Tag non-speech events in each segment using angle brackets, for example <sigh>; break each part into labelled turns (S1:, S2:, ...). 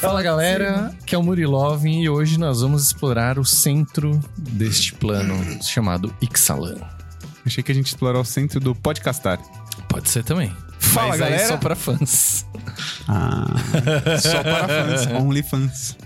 S1: Fala galera, que é o Murilov e hoje nós vamos explorar o centro deste plano chamado Ixalan.
S2: Achei que a gente explorou o centro do podcastar.
S1: Pode ser também.
S2: Fala,
S1: Mas aí
S2: galera.
S1: só pra fãs.
S2: Só para
S1: <laughs>
S2: fãs, only fans.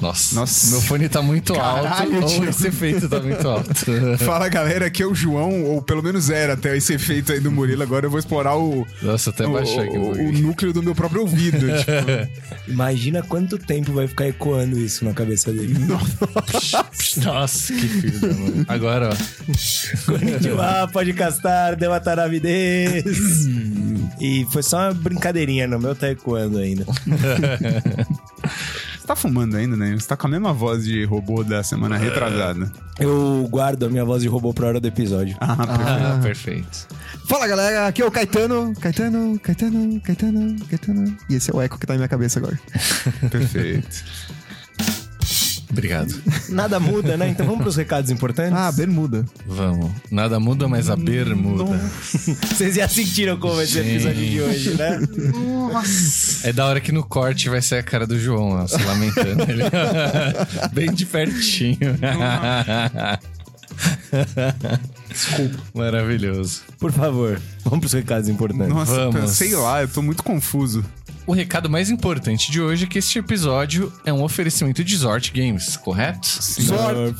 S1: Nossa,
S2: Nossa.
S1: meu fone tá muito
S2: Caralho,
S1: alto. Ou
S2: tio.
S1: esse efeito tá muito alto.
S2: Fala galera, aqui é o João, ou pelo menos era até esse efeito aí do Murilo. Agora eu vou explorar o,
S1: Nossa, até
S2: o,
S1: baixar aqui.
S2: o-
S1: o
S2: o
S1: bagulho.
S2: núcleo do meu próprio
S1: <laughs>
S2: ouvido. tipo.
S3: Imagina quanto tempo vai ficar ecoando isso na cabeça dele.
S1: Nossa, que filho da mãe. Agora, ó.
S3: Konnichiwa, pode castar, deu a taravidez. e foi só uma brincadeirinha, no meu tá ecoando ainda.
S2: Você tá fumando ainda, né? Você tá com a mesma voz de robô da semana
S1: É.
S2: retrasada.
S3: Eu guardo a minha voz de robô pra hora do episódio.
S1: Ah, perfeito.
S4: Fala galera, aqui é o Caetano, Caetano, Caetano, Caetano, Caetano. E esse é o eco que tá na minha cabeça agora.
S2: <laughs> Perfeito.
S1: Obrigado.
S3: Nada muda, né? Então vamos pros recados importantes.
S4: Ah, bermuda.
S1: Vamos. Nada muda, mas a bermuda.
S3: Vocês já sentiram como é esse episódio de hoje, né?
S1: É da hora que no corte vai ser a cara do João, ó, se lamentando. Ele- <laughs> Bem de pertinho. Maravilhoso.
S3: Por favor, vamos pros recados importantes.
S2: Nossa,
S1: Vamos.
S2: sei lá, eu tô muito confuso.
S1: O recado mais importante de hoje é que este episódio é um oferecimento de Zort Games, correto?
S3: Senhor,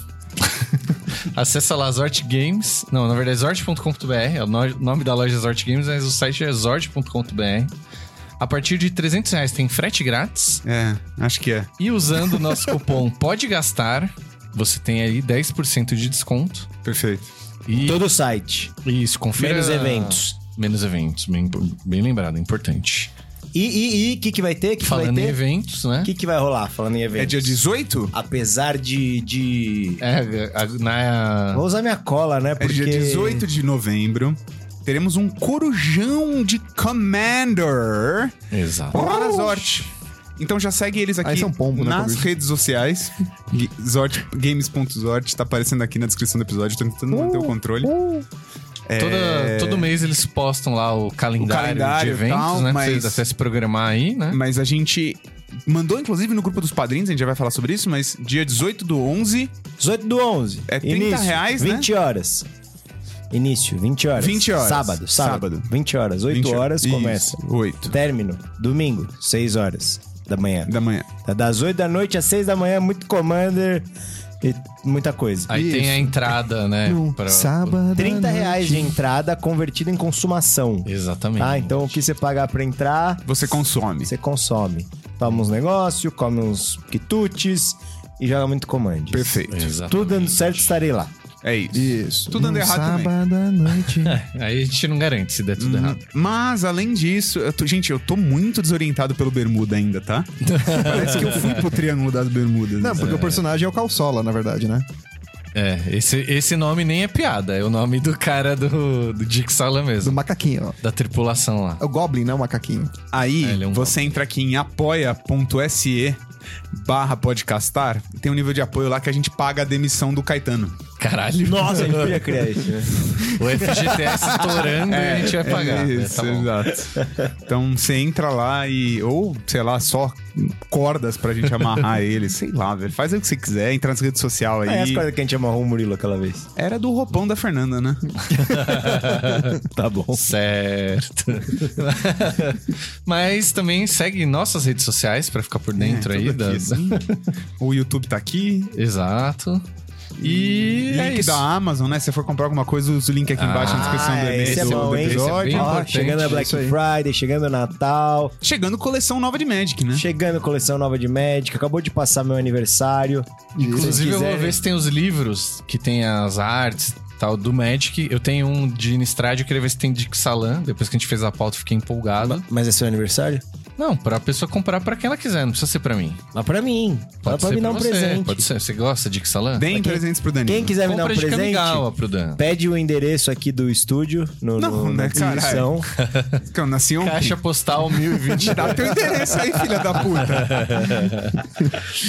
S1: Acessa lá Zort Games. Não, na verdade, zort.com.br. É o no- nome da loja Zort Games, mas o site é zort.com.br. A partir de 300 reais tem frete grátis.
S2: É, acho que é.
S1: E usando o nosso cupom <laughs> Pode Gastar, você tem aí 10% de desconto.
S2: Perfeito.
S1: E
S3: Todo o site,
S1: isso, confira.
S3: menos eventos.
S1: Menos eventos, bem, bem lembrado, é importante.
S3: E, e, e, o que, que vai ter? Que que vai
S1: Falando em
S3: ter?
S1: eventos, né?
S3: O que, que vai rolar falando em eventos?
S2: É dia 18?
S3: Apesar de... de...
S1: É, a- a- na.
S3: Vou usar minha cola, né?
S2: É
S3: Porque...
S2: dia 18 de novembro. Teremos um corujão de Commander.
S1: Exato.
S2: Para Zort. Então já segue eles
S4: Aí
S2: aqui
S4: isso é um pombo, né,
S2: nas
S4: Coruja?
S2: redes sociais. G- Zort, games.zort, tá aparecendo aqui na descrição do episódio, tô tentando manter o
S4: Uh,
S2: controle.
S3: É.
S1: Toda- todo mês eles postam lá o calendário,
S2: calendário e
S1: de eventos,
S2: tal,
S1: né? Pra
S2: mas-
S1: vocês até se programar aí, né?
S2: Mas a gente mandou, inclusive, no grupo dos padrinhos, a gente já vai falar sobre isso, mas dia 18 do 11,
S3: 18 do 11.
S2: É 30 reais, né?
S3: 20 horas. Início, 20 horas.
S2: 20 horas.
S3: Sábado, sábado.
S2: Sábado.
S3: 20 horas. 8
S2: 20
S3: horas
S2: um. Isso,
S3: começa.
S2: 8
S3: Término, domingo, 6 horas da manhã.
S2: da manhã.
S3: Tá Das 8 da noite às 6 da manhã, muito Commander e muita coisa.
S1: Aí tem a entrada, né?
S4: No
S1: pra-
S4: sábado. à
S3: 30
S4: noite.
S3: reais de entrada convertido em consumação.
S1: Exatamente.
S3: Tá? Então o que você pagar pra entrar,
S2: Você consome.
S3: você consome. Toma uns negócios, come uns quitutes e joga muito Commander.
S2: Perfeito.
S4: É.
S1: Exato.
S3: Tudo dando certo,
S1: <laughs>
S3: estarei lá.
S2: É isso.
S4: Isso.
S2: Tudo dando
S4: No
S2: errado também.
S4: Sábado à noite.
S1: É, Aí a gente não garante se der
S3: Hum.
S1: tudo errado.
S2: Hum, Mas, além disso, eu tô- gente, eu tô muito desorientado pelo Bermuda ainda,
S1: <laughs>
S2: tá? Parece que eu fui pro Triângulo das Bermudas.
S4: Não, porque o personagem é o Calçola, na verdade, né?
S1: É, esse, esse nome nem é piada, é o nome do cara do, do Dick Sala
S4: Do
S1: mesmo.
S4: macaquinho, ó.
S1: Da tripulação lá.
S4: É o Goblin, né? O macaquinho.
S2: Aí
S1: É, ele é um
S2: você entra aqui em apoia.se barra podcastar, tem um nível de apoio lá que a gente paga a demissão do Caetano.
S1: Caralho.
S3: Nossa, a gente podia criar isso, né?
S1: <laughs> O FGTS estourando e a gente vai pagar. né?
S2: É, isso,
S1: Tá bom. <laughs>
S2: exato. Então você entra lá e. Ou, sei lá, só cordas pra
S1: <laughs>
S2: gente amarrar ele. Sei lá, velho. Faz o que você quiser, entra nas redes sociais
S3: É as
S2: aí.
S3: coisas que a gente amarrou o Murilo aquela vez.
S2: Era do roupão da Fernanda, né?
S3: Tá bom.
S1: Certo. <laughs> Mas também segue nossas redes sociais pra ficar por dentro
S2: É,
S1: aí.
S2: tudo
S1: Da... <laughs>
S2: aqui, assim. O YouTube tá aqui.
S1: Exato. E é
S2: link
S1: isso.
S2: da Amazon, né? Se você for comprar alguma coisa, usa o link aqui embaixo na descrição do
S3: Ah,
S2: e-mail.
S3: esse é
S2: do
S3: bom, hein?
S2: episódio.
S1: Esse é bem
S3: Ó,
S1: importante,
S3: chegando a Black
S4: isso aí.
S3: Friday, chegando a Natal,
S2: Chegando coleção nova de Magic,
S1: Hum?
S2: né?
S3: chegando coleção nova de Magic, acabou de passar meu aniversário. Se
S1: Inclusive, eu vou
S3: quiserem-
S1: ver se tem os livros que tem as artes e tal do Magic. Eu tenho um de Nistrad, eu queria ver se tem de Xalan. Depois que a gente fez a pauta, eu fiquei empolgado.
S3: Mas é seu aniversário?
S1: Não, pra pessoa comprar pra quem ela quiser, não precisa ser pra mim.
S3: Mas pra mim. Fala
S1: Pode
S3: pra
S1: ser
S3: me dar um
S1: você,
S3: presente.
S1: Pode ser. Você gosta de Xalan?
S2: Deem presentes pro Danilo.
S3: Quem quiser me dar um
S1: Compra de
S3: presente,
S1: camigal pro Dan.
S3: pede o endereço aqui do estúdio no,
S2: Não,
S3: no,
S2: né,
S3: na descrição.
S2: Que é eu nasci
S3: um
S2: ontem.
S1: Caixa postal
S3: <laughs>
S1: 1020.
S2: Dá teu endereço aí, filha da puta.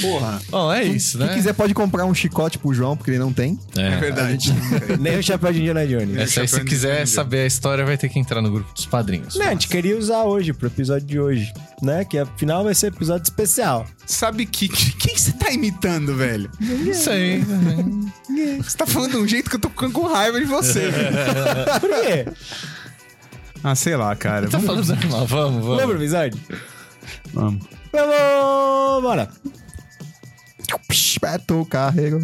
S2: Porra.
S1: Bom, é isso, né?
S4: Quem quiser pode comprar um chicote pro João, porque ele não tem.
S2: É,
S1: É.
S2: verdade.
S3: Nem o chapéu de Indiana Jones.
S2: É.
S1: Essa aí, se
S2: Chapéu de
S1: quiser
S2: Ninja.
S3: Né,
S1: saber a história, vai ter que entrar no grupo dos padrinhos.
S3: Não, a gente queria usar hoje, pro episódio de hoje. né? Que afinal vai ser episódio especial.
S2: Sabe que, que- quem que você tá imitando, velho?
S1: Não sei.
S2: Você tá falando de um jeito que eu tô ficando com raiva de você. velho.
S3: Por quê?
S2: ah, sei lá, cara.
S1: Tá
S2: Vamos-
S1: falando normal, vamos, vamos.
S3: Lembra o episódio?
S2: Vamos.
S3: Vamos! Bora!
S4: Espeto, carrego.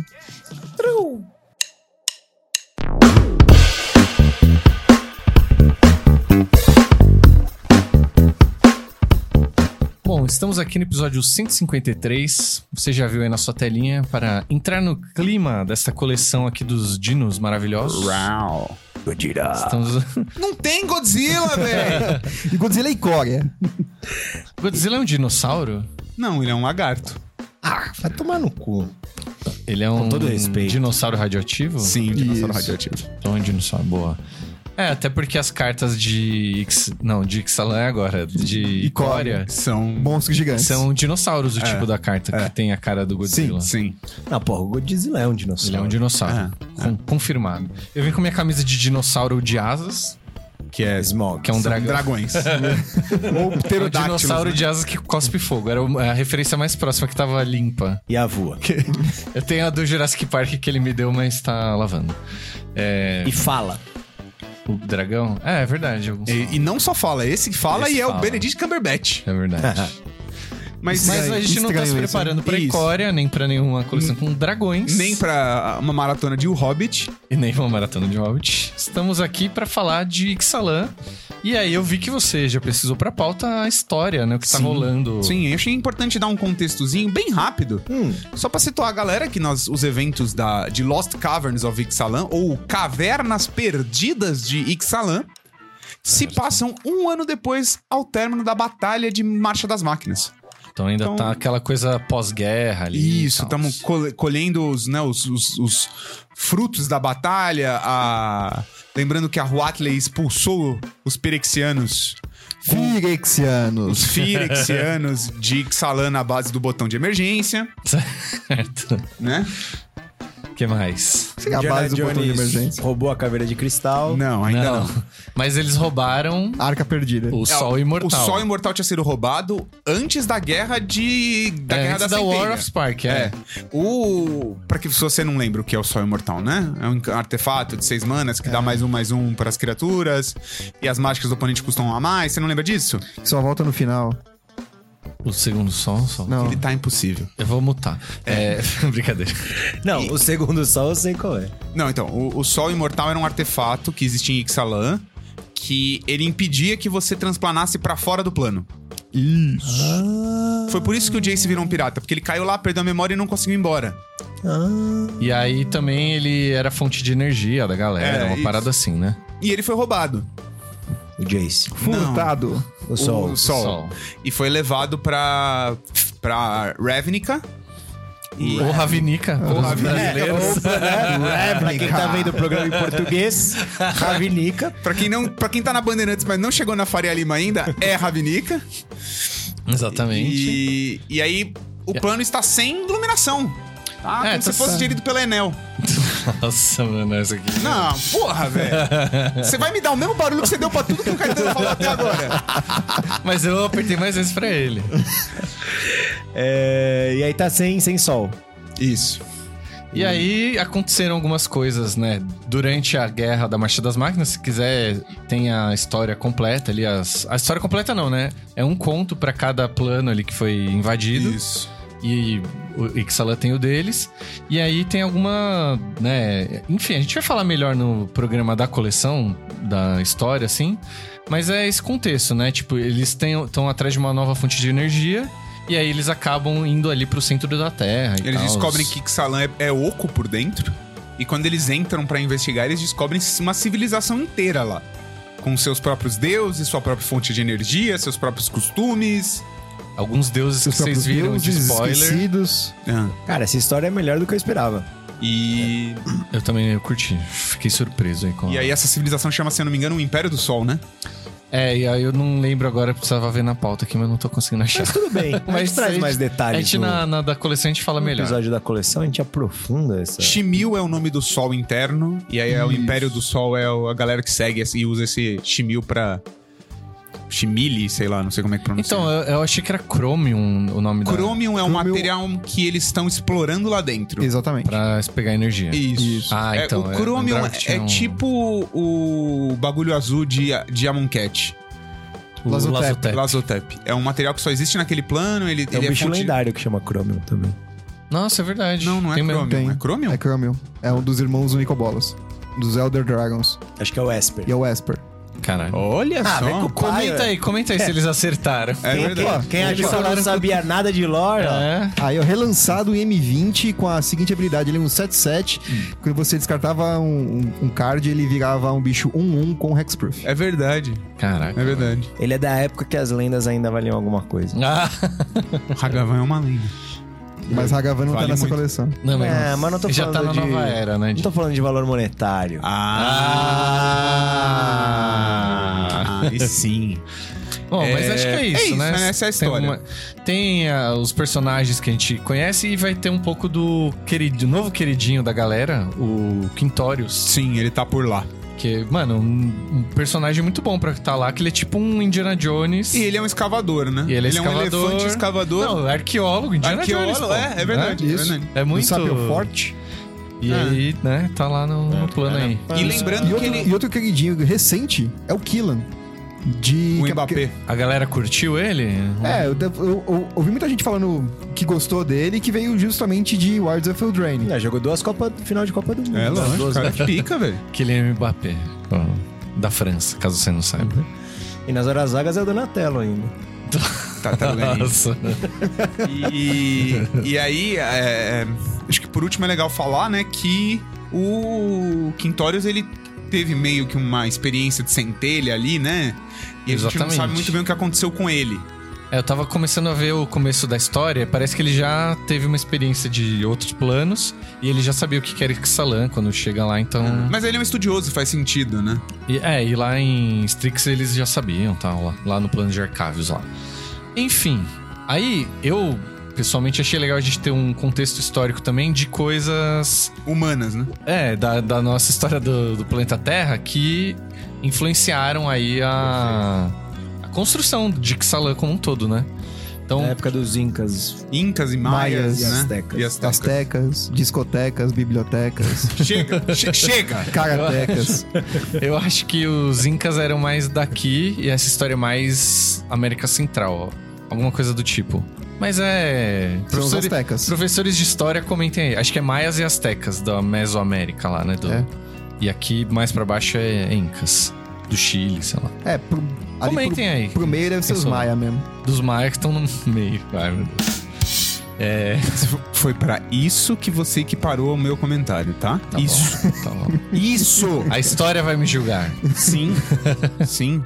S1: Bom, estamos aqui no episódio 153. Você já viu aí na sua telinha para entrar no clima desta coleção aqui dos dinos maravilhosos.
S2: Uau.
S1: Estamos... <laughs>
S2: Não tem Godzilla, velho.
S4: E Godzilla e Coreia.
S1: Godzilla é um dinossauro?
S2: Não, ele é um lagarto.
S3: Ah, vai tomar no cu.
S1: Ele é um
S3: todo respeito.
S1: dinossauro radioativo?
S2: Sim, dinossauro
S4: Isso.
S2: radioativo.
S1: Então é um dinossauro, boa. É, até porque as cartas de... Ix- Não, de Ixalan é agora. De Icória.
S2: São...
S4: Monstros gigantes.
S1: São dinossauros, o tipo da carta que tem a cara do Godzilla.
S2: Sim.
S3: Ah, porra, o Godzilla é um
S1: Ele é
S3: dinossauro.
S1: um dinossauro. Con- Confirmado. Eu vim com minha camisa de dinossauro de asas,
S2: Que é...
S3: Smog.
S1: que é um
S2: são
S1: dragão. <laughs>
S2: dragões. Ou
S1: O
S2: pterodáctilos.
S1: dinossauro
S2: né?
S1: de asas que cospe fogo. Era uma- a referência mais próxima que tava limpa.
S3: E a voa.
S1: Eu tenho a do Jurassic Park que ele me deu, mas tá lavando. É,
S3: E fala.
S1: o dragão? É, é verdade. alguns falam.
S2: E, e não só fala, esse que fala
S1: Esse
S2: e é
S1: fala.
S2: o Benedict Cumberbatch.
S1: É <laughs> verdade.
S2: Mas,
S1: mas a gente não tá
S4: estranho
S1: se
S4: isso,
S1: preparando pra
S2: é Isso.
S1: Icória, nem pra nenhuma coleção com dragões.
S2: nem pra uma maratona de O Hobbit.
S1: E nem uma maratona de Hobbit. Estamos aqui pra falar de Ixalan. E aí eu vi que você já precisou pra pauta a história, né? O que tá
S2: Sim.
S1: rolando.
S2: Sim, eu achei importante dar um contextozinho bem rápido. Só pra situar a galera que nós, os eventos da, de Lost Caverns of Ixalan, ou Cavernas Perdidas de Ixalan, se passam um ano depois ao término da Batalha de Marcha das Máquinas.
S1: Então ainda
S2: Então-
S1: tá aquela coisa pós-guerra ali. né, e
S2: Isso,
S1: tal.
S2: estamos colhendo os, né, os, os- os frutos da batalha. a- Lembrando que a Huatley expulsou os Perexianos,
S4: Firexianos.
S2: os Firexianos de Ixalan na base do botão de emergência,
S1: Certo. <laughs>
S2: né?
S1: O que mais?
S4: Você é a base do botão de emergência.
S3: roubou a caveira de cristal.
S2: Não, ainda não.
S1: Mas eles roubaram
S4: Arca perdida.
S1: o
S2: É,
S1: Sol Imortal.
S2: O Sol Imortal tinha sido roubado antes da guerra de. Da
S1: é,
S2: guerra
S1: antes
S2: da,
S1: da
S2: Centelha.
S1: War of Spark, é.
S2: É. O. Pra que se você não lembra o que é o Sol Imortal, né? É um artefato de seis manas que dá mais um, mais um pras criaturas. E as mágicas do oponente custam um a mais. Você não lembra disso?
S4: Só volta no final.
S1: O segundo Sol, Sol.
S4: Não.
S2: Ele tá impossível.
S1: Eu vou mutar. É, <laughs> brincadeira.
S3: Não, o segundo sol eu sei qual é.
S2: Não, então. O, o Sol Imortal era um artefato que existia em Ixalan. Que ele impedia que você transplanasse pra fora do plano.
S4: Isso.
S2: Foi por isso que o Jace virou um pirata, porque ele caiu lá, perdeu a memória e não conseguiu ir embora.
S3: Ah.
S1: E aí também ele era fonte de energia da galera,
S2: É,
S1: uma
S2: isso.
S1: parada assim, né?
S2: E ele foi roubado.
S3: O Jace.
S4: Furtado.
S3: O sol.
S2: O Sol.
S1: Sol.
S2: E foi levado pra, pra Ravnica. E é.
S1: Ou Ravinica, para os
S2: Ravinica.
S1: brasileiros.
S3: É, pra quem tá vendo o programa em português, Ravinica.
S2: pra, quem não, pra quem tá na Bandeirantes, mas não chegou na Faria Lima ainda, é Ravnica.
S1: Exatamente.
S2: E, e aí o plano está sem iluminação. Ah,
S1: É,
S2: como
S1: tá
S2: se fosse
S1: só-
S2: gerido pela Enel.
S1: Nossa, mano, essa aqui.
S2: Não,
S1: <laughs>
S2: porra, velho. Você vai me dar o mesmo barulho que você deu pra tudo que o Caetano falou até agora.
S1: Mas eu apertei mais vezes pra ele.
S3: É, e aí tá sem, sem sol.
S2: Isso.
S1: E aí aconteceram algumas coisas, né? Durante a guerra da Marcha das Máquinas, se quiser, tem a história completa ali. As... A história completa não, né? É um conto pra cada plano ali que foi invadido.
S2: Isso.
S1: E o Ixalan tem o deles. E aí tem alguma, né? Enfim, a gente vai falar melhor no programa da coleção, da história, assim. Mas é esse contexto, né? Tipo, eles estão atrás de uma nova fonte de energia. E aí eles acabam indo ali pro centro da Terra. e
S2: Eles
S1: tal.
S2: descobrem que Xalan é, é oco por dentro. E quando eles entram pra investigar, eles descobrem uma civilização inteira lá. Com seus próprios deuses, sua própria fonte de energia, seus próprios costumes.
S1: Alguns deuses que
S4: Seus
S1: vocês
S4: próprios
S1: viram de
S4: deuses
S1: spoiler.
S4: esquecidos.
S2: Ah.
S3: Cara, essa história é melhor do que eu esperava.
S2: E,
S1: Eu também eu curti. Fiquei surpreso aí com.
S2: e aí essa civilização chama, se eu não me engano, o Império do Sol, né?
S1: É, e aí eu não lembro agora, eu precisava ver na pauta aqui, mas não tô conseguindo achar.
S3: <laughs> Mas tudo bem. A
S1: Mas
S3: gente traz
S1: a
S3: mais
S1: a
S3: detalhes.
S1: gente
S3: no-
S1: na, na da coleção a gente fala
S3: no
S1: melhor.
S3: episódio da coleção, a gente aprofunda essa.
S2: Shimil é o nome do Sol interno. E aí é o Império do Sol é o- a galera que segue esse- e usa esse Shimil pra Chimili, sei lá, não sei como é que pronuncia.
S1: Então, eu, eu achei que era Chromium o nome da...
S2: Chromium é um
S4: Chromium-
S2: material que eles estão explorando lá dentro.
S4: Exatamente.
S1: Pra pegar energia.
S2: Isso.
S1: Ah,
S2: É,
S1: então,
S2: o
S1: é,
S2: Chromium
S1: lembrava
S2: é,
S1: que tinha um-
S2: tipo o bagulho azul de, de Amonkhet,
S1: O
S4: Lazotep.
S1: Lazotep.
S2: Lazotep. É um material que só existe naquele plano, ele
S3: É um
S2: ele
S3: bicho
S2: fonte-
S3: lendário que chama Chromium também.
S1: Nossa, é verdade.
S2: Não, não é
S1: Tem mesmo.
S2: Chromium.
S4: Tem.
S2: É Chromium?
S4: É Chromium. É um dos irmãos Unicobolas. Dos Elder Dragons.
S3: Acho que é o Esper.
S4: E é o Esper.
S1: Caralho.
S2: Olha
S3: Ah,
S2: só.
S3: vem com o
S1: Comenta aí, comenta aí se eles acertaram.
S2: É
S3: quem,
S2: verdade.
S3: Quem, quem
S4: Ó,
S3: achou que
S4: falaram
S3: não sabia nada de lore, ó.
S1: É.
S4: Aí, ó, relançado o M20 com a seguinte habilidade. Ele é um 7-7.
S2: Hum.
S4: Quando você descartava um, um- um card, ele virava um bicho 1-1 com Hexproof.
S2: É verdade.
S1: Caraca.
S2: É verdade.
S3: Ele é da época que as lendas ainda valiam alguma coisa.
S1: Ah,
S2: O Hagavan é uma lenda.
S4: Mas Hagavan não
S2: Hum. Vale
S4: tá nessa
S2: muito.
S4: coleção.
S1: não, mas,
S3: É, mas não tô
S1: já tá
S3: falando
S1: na
S3: de-
S1: nova era, né?
S3: Não
S1: de-
S3: tô falando de valor monetário.
S2: Ah! e sim.
S1: Bom, mas
S2: É,
S1: acho que é isso,
S2: é isso,
S1: né?
S2: né? Essa é a história.
S1: Tem, tem, ah, os personagens que a gente conhece e vai ter um pouco do querido, novo queridinho da galera, o Quintorius.
S2: Sim, ele tá por lá.
S1: Que, mano, um, um personagem muito bom pra estar lá, que ele é tipo um Indiana Jones.
S2: E ele é um escavador, né?
S1: E ele é
S2: um
S1: escavador.
S2: elefante escavador.
S1: Não, é arqueólogo, Indiana Jones.
S2: Arqueólogo,
S1: pô.
S2: é, é verdade.
S4: Isso.
S2: É verdade.
S1: É muito...
S4: Sabe o Forte?
S1: E
S2: É.
S1: aí, né, tá lá no, no plano aí.
S2: E lembrando
S4: E
S2: que
S4: outro,
S2: ele.
S4: e outro queridinho recente é o Killan. De...
S2: O
S4: que-
S2: Mbappé.
S1: A galera curtiu ele?
S4: É, eu, eu- eu ouvi muita gente falando que gostou dele, que veio justamente de Wards of Eldraine.
S3: É, jogou duas Copas, final de Copa do Mundo.
S2: É
S3: As
S2: lógico,
S3: duas,
S2: cara.
S3: né?
S2: Que pica, velho.
S1: Kylian Mbappé. ó, Da França, caso você não saiba.
S2: Uhum.
S3: E nas horas vagas é o Donatello ainda.
S2: Tá, tá ganhando.
S1: Nossa.
S2: E, e aí, é, acho que por último é legal falar, né, que o Quintorius, ele teve meio que uma experiência de centelha ali, né? E a gente não
S1: Exatamente.
S2: sabe muito bem o que aconteceu com ele.
S1: É, Eu tava começando a ver o começo da história. Parece que ele já teve uma experiência de outros planos. E ele já sabia o que que era Ixalan quando chega lá, então.
S2: Mas ele é um estudioso, faz sentido, né?
S1: E- é, e lá em Strix eles já sabiam, tá? Lá, lá no plano de Arcavios lá. Enfim, aí eu pessoalmente achei legal a gente ter um contexto histórico também de coisas.
S2: Humanas, né?
S1: É, da, da nossa história do, do planeta Terra que influenciaram aí a, a construção de Ixalan como um todo, né? Então,
S3: Na época dos Incas.
S2: Incas e maias,
S4: Maias
S3: e
S2: né?
S3: astecas.
S2: E astecas.
S4: Astecas,
S2: <laughs>
S4: discotecas, bibliotecas,
S2: Chega, che- chega!
S4: caratecas.
S1: Eu acho que os Incas eram mais daqui e essa história é mais América Central, ó. alguma coisa do tipo. Mas é.
S4: São os
S1: Professores,
S4: astecas.
S1: professores de história, comentem aí. Acho que é Maias e Aztecas da Mesoamérica lá, né? Do...
S4: É.
S1: E aqui mais pra baixo é Incas. Do Chile, sei lá.
S4: É, pro, ali
S1: comentem aí.
S4: pro, pro meio deve ser os
S1: Isso.
S4: Maia mesmo.
S1: Dos Maias que estão no meio. Ai, meu Deus. É,
S2: Foi pra isso que você equiparou o meu comentário, tá?
S1: Tá
S2: isso.
S1: Bom, tá bom.
S2: <laughs> Isso!
S1: <laughs> A história vai me julgar.
S2: Sim. Sim.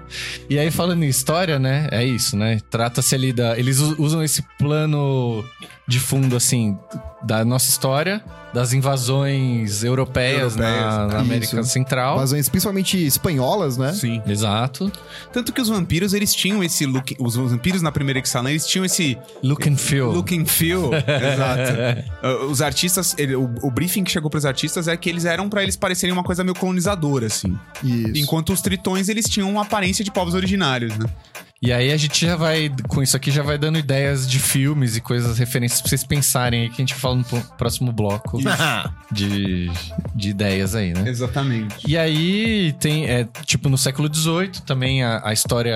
S1: E aí, falando em história, né? É isso, né? Trata-se ali da. Eles u- usam esse plano de fundo, assim, da nossa história, das invasões europeias,
S2: Europeias,
S1: na, na
S4: né?
S1: América
S4: Isso.
S1: Central.
S4: Invasões principalmente espanholas, né?
S2: Sim.
S1: Exato.
S2: Tanto que os vampiros, eles tinham esse look. Os vampiros na primeira Ixalan, eles tinham esse
S1: Look and feel.
S2: look and <laughs> feel. Exato. Uh, Os artistas, ele- o, o briefing que chegou pros artistas é que eles eram pra eles parecerem uma coisa meio colonizadora, assim.
S4: Isso.
S2: Enquanto os tritões, eles tinham uma aparência de povos originários, né?
S1: <laughs> E aí a gente já vai. Com isso aqui já vai dando ideias de filmes e coisas, referências pra vocês pensarem aí que a gente fala no pr- próximo bloco <laughs> de, de ideias aí, né?
S2: Exatamente.
S1: E aí tem. É, tipo, no século XVIII também a- a história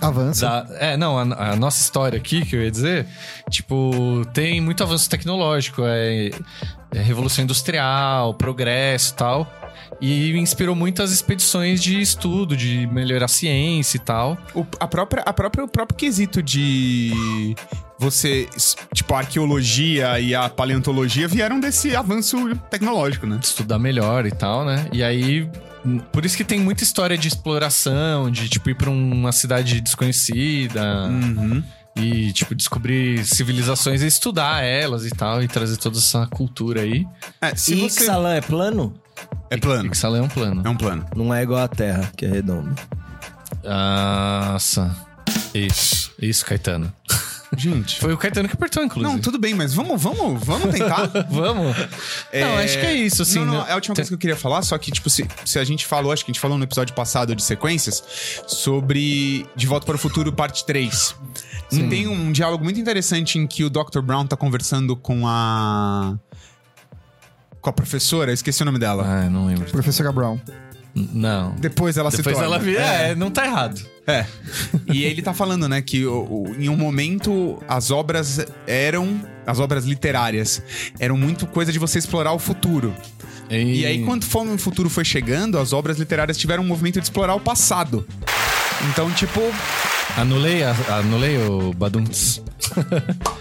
S4: Avança.
S1: Da- é, não, a, a nossa história aqui, que eu ia dizer, tipo, tem muito avanço tecnológico, é, é revolução industrial, progresso e tal. E inspirou muitas expedições de estudo, de melhorar a ciência e tal.
S2: O, a própria, a própria, o próprio quesito de você. s- Tipo, a arqueologia e a paleontologia vieram desse avanço tecnológico, né?
S1: Estudar melhor e tal, né? E aí. n- Por isso que tem muita história de exploração, de tipo ir pra uma cidade desconhecida
S2: Uhum.
S1: e tipo descobrir civilizações e estudar elas e tal e trazer toda essa cultura aí.
S2: É, se
S3: E
S2: você.
S3: Ixalan é plano?
S2: É plano.
S1: Ixalan é um plano.
S2: É um plano.
S3: Não é igual a Terra, que é redonda.
S1: Nossa. Isso, isso, Caetano.
S2: Gente.
S1: Foi o Caetano que apertou, inclusive.
S2: Não, tudo bem, mas vamos, vamos, vamos tentar. <laughs>
S1: Vamos? Não, acho que é isso, assim.
S2: não, não,
S1: né?
S2: é a última coisa que eu queria falar, só que, tipo, se, se a gente falou, acho que a gente falou no episódio passado de sequências, sobre De Volta para o Futuro, parte 3. E tem um diálogo muito interessante em que o Dr. Brown tá conversando com a. com a professora, eu esqueci o nome dela.
S1: Ah, eu não lembro.
S4: Professora Brown.
S1: Não.
S2: Depois ela
S1: Depois
S2: se torna.
S1: ela vira. É. não tá errado.
S2: É. <laughs> E ele tá falando, né, que o- o- em um momento as obras eram. As obras literárias eram muito coisa de você explorar o futuro. E, aí, quando Fome no Futuro foi chegando, as obras literárias tiveram um movimento de explorar o passado. Então, tipo,
S1: Anulei, a- anulei o Baduntz.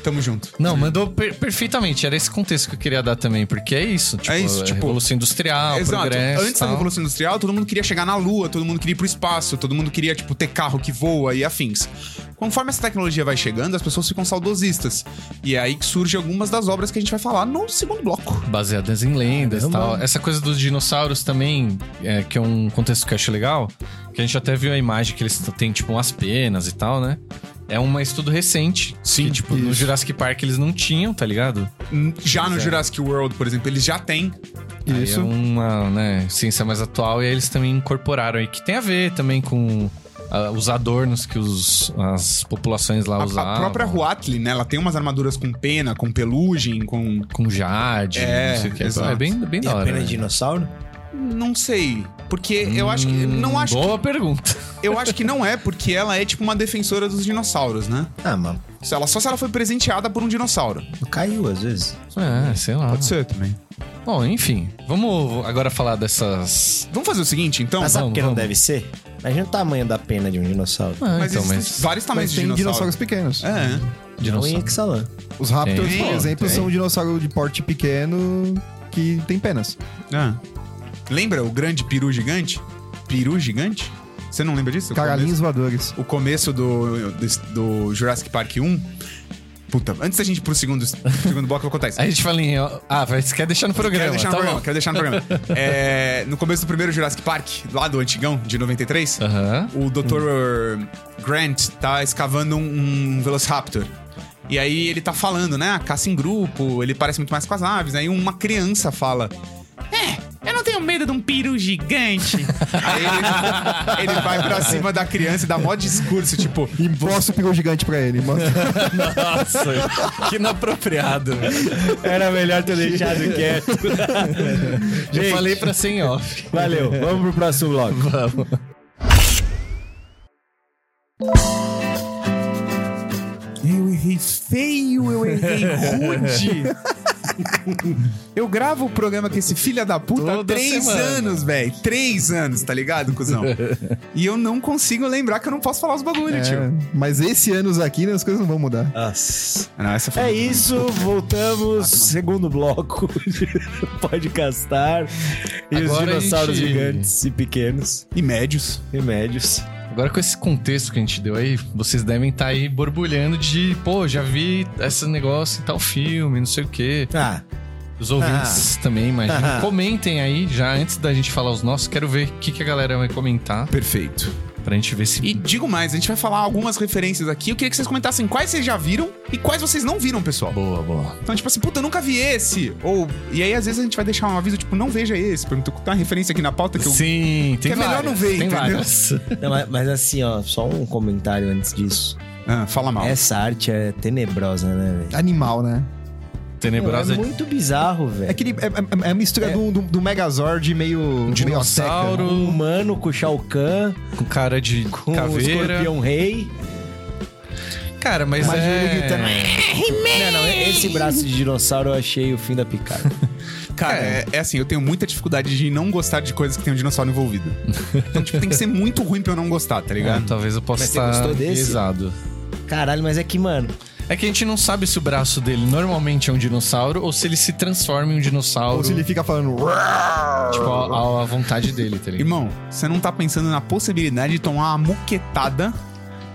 S2: tamo junto.
S1: Não, mandou per- perfeitamente. Era esse contexto que eu queria dar também, porque é isso. Tipo,
S2: É isso, tipo-
S1: Revolução Industrial, Ah, progresso.
S2: Antes
S1: tal.
S2: da Revolução Industrial, todo mundo queria chegar na Lua, todo mundo queria ir pro espaço, todo mundo queria, tipo, ter carro que voa e afins. Conforme essa tecnologia vai chegando, as pessoas ficam saudosistas. E é aí que surgem algumas das obras que a gente vai falar no segundo bloco.
S1: baseadas em lendas e
S3: Caramba.
S1: tal. Essa coisa dos dinossauros também, é, que é um contexto que eu acho legal, que a gente até viu a imagem que eles t- têm, tipo, umas penas e tal, né? É um estudo recente.
S2: Sim,
S1: que, tipo, no
S4: isso.
S1: Jurassic Park eles não tinham, tá ligado?
S2: Já no
S1: Pois é.
S2: Jurassic World, por exemplo, eles já têm.
S1: Aí
S4: Isso.
S1: é uma né, ciência mais atual e aí eles também incorporaram aí, que tem a ver também com ah, os adornos que os, as populações lá
S2: A,
S1: usavam.
S2: a própria Huatli, né? Ela tem umas armaduras com pena, com pelugem, com.
S1: Com jade,
S2: É,
S1: não sei o que.
S2: exato.
S1: É bem, bem
S3: E
S1: da hora.
S3: apenas
S1: né?
S3: dinossauro?
S2: Não sei. Porque eu acho que. Não
S1: Hum,
S2: acho
S1: Boa pergunta.
S2: <laughs> Eu acho que não é, porque ela é tipo uma defensora dos dinossauros, né?
S3: Ah, mano.
S2: Se ela, só se ela foi presenteada por um dinossauro.
S3: Caiu às vezes.
S1: É, sei lá.
S2: Pode ser também.
S1: Bom, enfim, vamos agora falar dessas.
S2: Vamos fazer o seguinte, então.
S3: Mas ah,
S2: Mas,
S3: sabe
S1: vamos,
S3: por que não
S1: vamos.
S3: deve ser? Imagina o tamanho da pena de um dinossauro.
S1: Ah, então,
S2: existem
S1: mas.
S2: vários tamanhos
S4: Mas
S2: de
S4: tem
S2: dinossauros.
S4: dinossauros pequenos.
S2: É.
S3: Não
S1: Dinossauro.
S3: em Ixalan.
S4: Os Raptors,
S1: Tem,
S4: por exemplo,
S1: tem.
S4: são um dinossauro de porte pequeno que tem penas.
S2: é. Lembra o grande peru gigante? Peru gigante? Você não lembra disso? O
S4: Cagalinhos voadores.
S2: começo- O começo do, desse- do Jurassic Park 1. Puta, antes da gente ir pro segundo, segundo bloco, eu vou contar isso.
S1: A gente fala em. Ah, vai, você quer deixar no programa.
S2: Quero deixar
S1: tá
S2: no programa,
S1: bom.
S2: quero deixar
S1: <laughs>
S2: no programa. É, no começo do primeiro Jurassic Park, lá do antigão, de 93,
S1: Aham. Uhum.
S2: o Dr. Grant tá escavando um, um Velociraptor. E aí ele tá falando, né? Ah, caça em grupo, ele parece muito mais com as aves. Aí uma criança fala. É, eu não tenho medo de um piru
S1: <laughs>
S2: gigante. aí ele, ele vai pra cima da criança e dá mó discurso, tipo.
S4: E mostra o pigão gigante pra
S1: <laughs>
S4: ele. Mostra.
S1: Nossa, que inapropriado.
S3: Era melhor ter deixado <laughs> quieto.
S1: Já falei pra sem off.
S3: Valeu, vamos pro próximo bloco.
S1: Vamos.
S2: Eu errei feio, eu errei rude. <laughs> eu gravo o programa com esse filho da puta há
S1: Toda
S2: três
S1: semana.
S2: anos, velho. Três anos, tá ligado, cuzão? e eu não consigo lembrar que eu não posso falar os bagulho, tio.
S4: É, mas esse ano aqui né, as coisas não vão mudar.
S2: Não, Ah, essa foi
S3: É isso, voltamos. Segundo bloco de podcastar. E os
S1: Agora a
S3: dinossauros
S1: gente-
S3: gigantes e pequenos
S2: E médios.
S3: e médios.
S1: Agora, com esse contexto que a gente deu aí, vocês devem estar aí borbulhando de, pô, já vi esse negócio em tal filme, não sei o quê.
S3: Ah,
S1: Os ouvintes também, imagina.
S3: Ah.
S1: Comentem aí, já antes da gente falar os nossos, quero ver o que, que a galera vai comentar
S2: Perfeito.
S1: pra gente ver se.
S2: E digo mais, a gente vai falar algumas referências aqui. Eu queria que vocês comentassem quais vocês já viram e quais vocês não viram, pessoal.
S1: Boa, boa.
S2: Então, tipo assim, puta, eu nunca vi esse. Ou. E aí, às vezes, a gente vai deixar um aviso, tipo, não veja esse. Porque tem uma referência aqui na pauta que eu.
S1: Sim, tem
S2: Que é melhor
S1: várias,
S2: não ver,
S1: tem
S2: entendeu?
S1: várias.
S3: não, mas, mas assim, ó, só um comentário antes disso.
S2: Ah, fala mal.
S3: Essa arte é tenebrosa, né, velho?
S4: Animal, né?
S1: Tenebrosa
S3: É muito bizarro, velho.
S4: É, aquele, é, é- é a mistura do, do, do Megazord meio. meio
S1: dinossauro.
S4: asteca.
S3: Um humano com Shao Kahn,
S1: com cara de
S3: com o
S1: caveira.
S3: escorpião rei.
S1: Cara, mas
S4: Imagina ele
S1: é...
S4: gritando.
S3: Não, não, esse braço de dinossauro eu achei o fim da picada.
S2: Cara, é, é assim, eu tenho muita dificuldade de não gostar de coisas que tem um dinossauro envolvido. Então, tipo, tem que ser muito ruim pra eu não gostar, tá
S1: É,
S2: ligado?
S1: talvez eu possa
S3: Mas você
S1: estar
S3: gostou desse?
S1: pesado.
S3: <laughs> Caralho, mas é que, mano,
S1: É que a gente não sabe se o braço dele normalmente é um dinossauro ou se ele se transforma em um dinossauro,
S4: Ou se ele fica falando.
S1: tipo, à, à vontade dele, tá ligado?
S2: Irmão, você não tá pensando na possibilidade de tomar uma muquetada